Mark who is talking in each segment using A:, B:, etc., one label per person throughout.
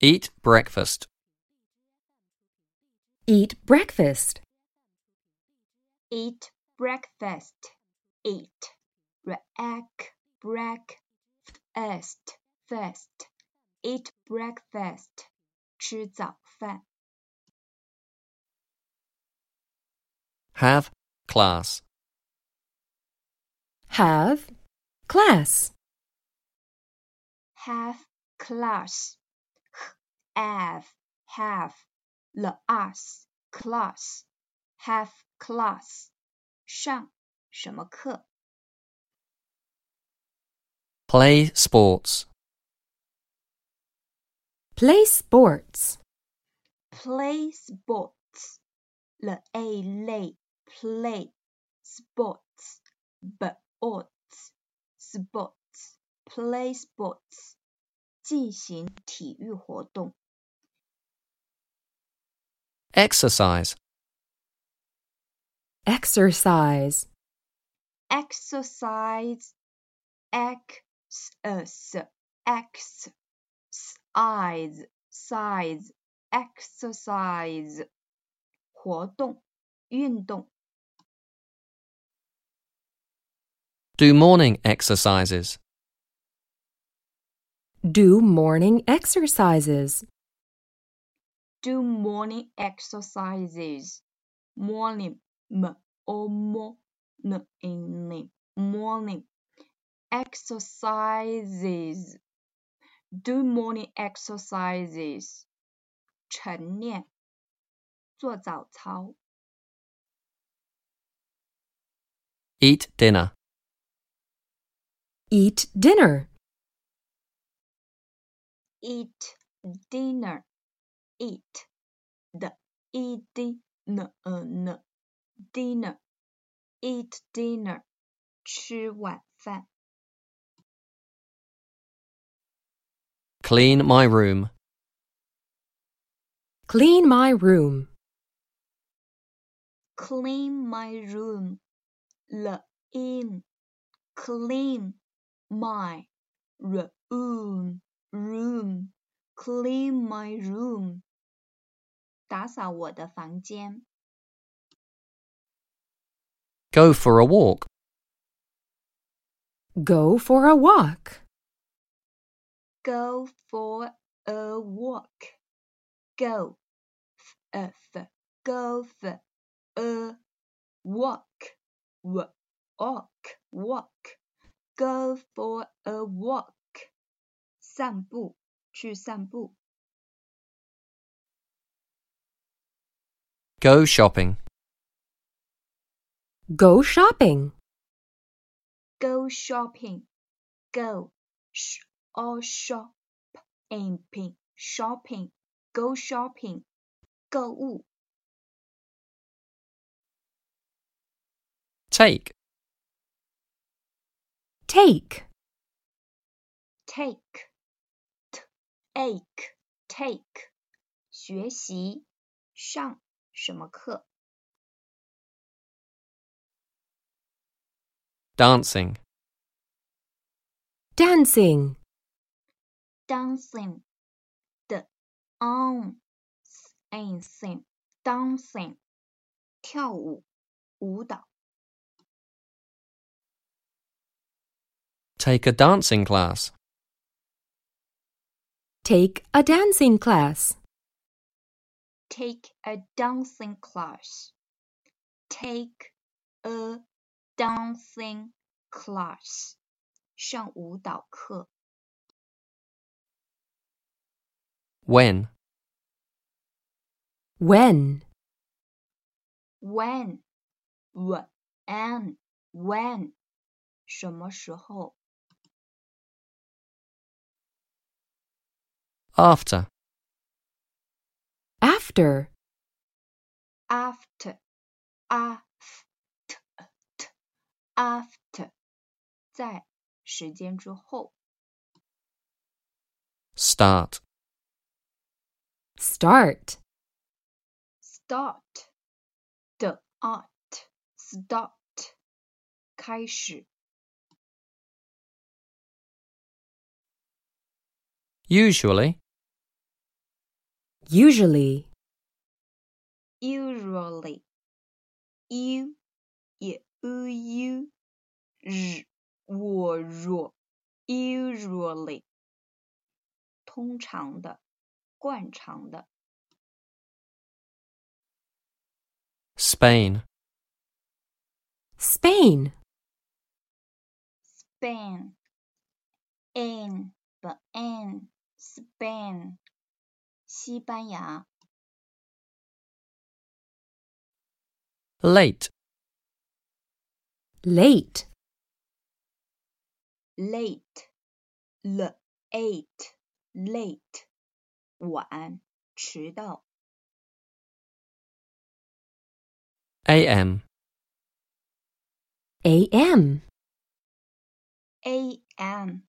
A: Eat breakfast.
B: Eat breakfast.
C: eat breakfast eat react breakfast fast eat breakfast 吃早饭
A: Have class.
B: Have class.
C: have class have have the us class have class 上什么课
A: Play sports.
B: Play sports.
C: play sports the a 类 play sports but odds sports play sports 进行体育活动
A: Exercise.
B: Exercise.
C: exercise ex uh, ex size size exercise 活动运动
A: Do morning exercises.
B: Do morning exercises.
C: do morning exercises. Morning, m o m n i n g, morning exercises. Do morning exercises. 晨练，做早操。
A: Eat dinner.
B: Eat dinner.
C: Eat dinner. Eat 的 e d n n dinner. Eat dinner. 吃晚饭。
A: Clean my room.
B: Clean my room.
C: clean my room. The in clean my room room clean my room 打扫我的房间。
A: Go for a walk.
B: Go for a walk.
C: Go for a walk. Go f go for a walk walk walk. Go for a walk. 散步，去散步。
A: Go shopping.
B: Go shopping.
C: go shopping, go sh or shop and ping shopping, go shopping, 购物
A: Take.
B: Take.
C: take, t ache take, 学习上什么课
A: Dancing.
B: Dancing.
C: dancing, the on and sing dancing, 跳舞舞蹈
A: Take a dancing class.
B: Take a dancing class.
C: take a dancing class. Take a dancing class. 上舞蹈课。
A: When.
B: When?
C: When, when, when，什么时候
A: After.
B: After.
C: ？After, after, after，在时间之后。
A: Start.
B: Start.
C: Start, the art, start，开始。
A: Usually.
B: usually,
C: usually u 也 u u 日我若 usually 通常的惯常的
A: Spain,
B: Spain,
C: span an b an span 西班牙
A: late,
B: late,
C: late l eight late 晚迟到
A: am,
B: AM,
C: A.M.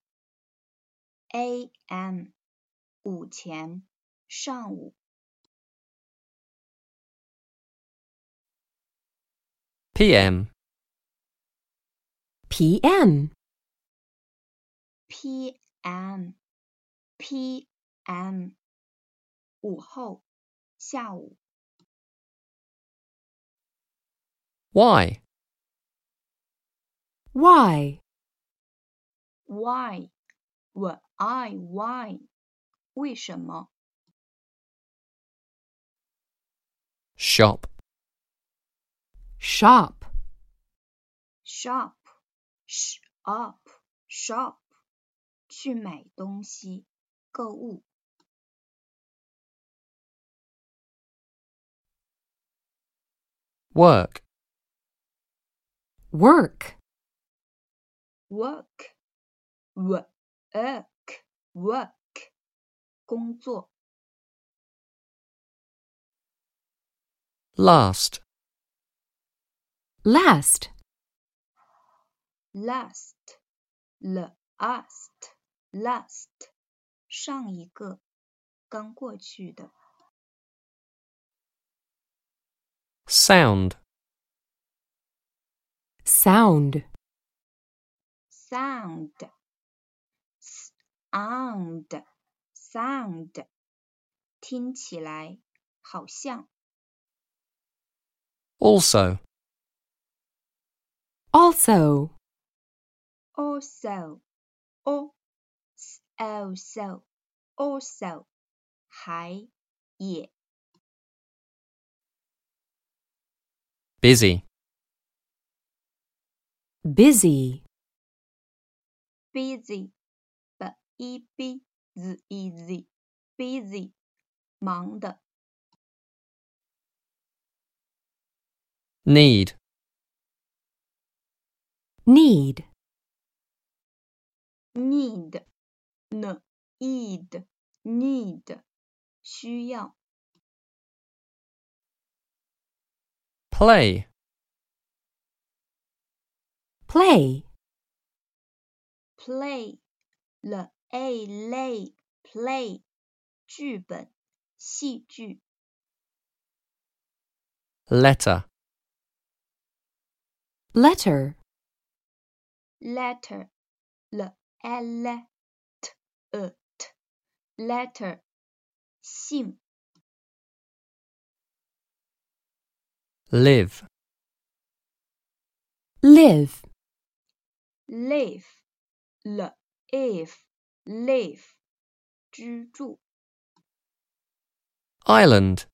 C: A.M. 午前，上午。
A: pm,
B: PM,
C: P.M. P.M. 午后，下午。
A: why,
B: Y,
C: Why? Why? Why? 为什么
A: shop,
B: shop,
C: ？Shop. Shop. Shop. 去买东西，购物。
A: work,
B: work,
C: work work work 工作
A: last,
B: last,
C: last last last 上一个刚过去的
A: sound,
B: sound,
C: sound sound sound 听起来好像
A: also,
B: also,
C: also also also 还也
A: busy,
B: busy,
C: busy b e b z e z busy 忙的
A: need,
B: need,
C: need n need need 需要
A: play,
B: play,
C: play l a lay play 剧本戏剧
A: letter,
B: letter,
C: letter l a l t e t letter 信
A: live,
B: live,
C: live l if live 居住
A: island,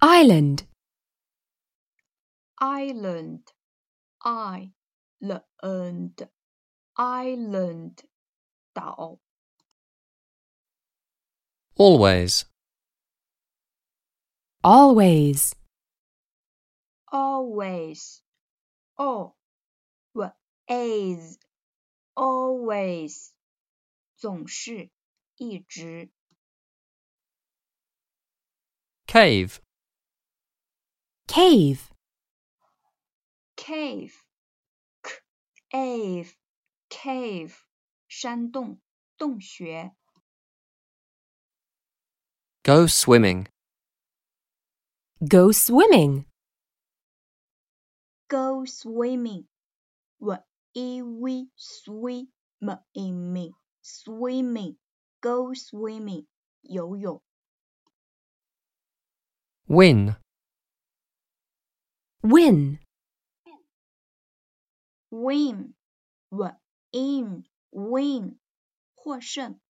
B: island,
C: island i l and island 岛
A: always,
B: always,
C: always o w is always 总是一直
A: cave,
B: cave,
C: cave cave cave 山洞洞穴
A: go swimming,
B: go swimming,
C: go swimming. W e v swimming swimming go swimming 游泳、
A: win,
B: win,
C: win、win、win、获胜。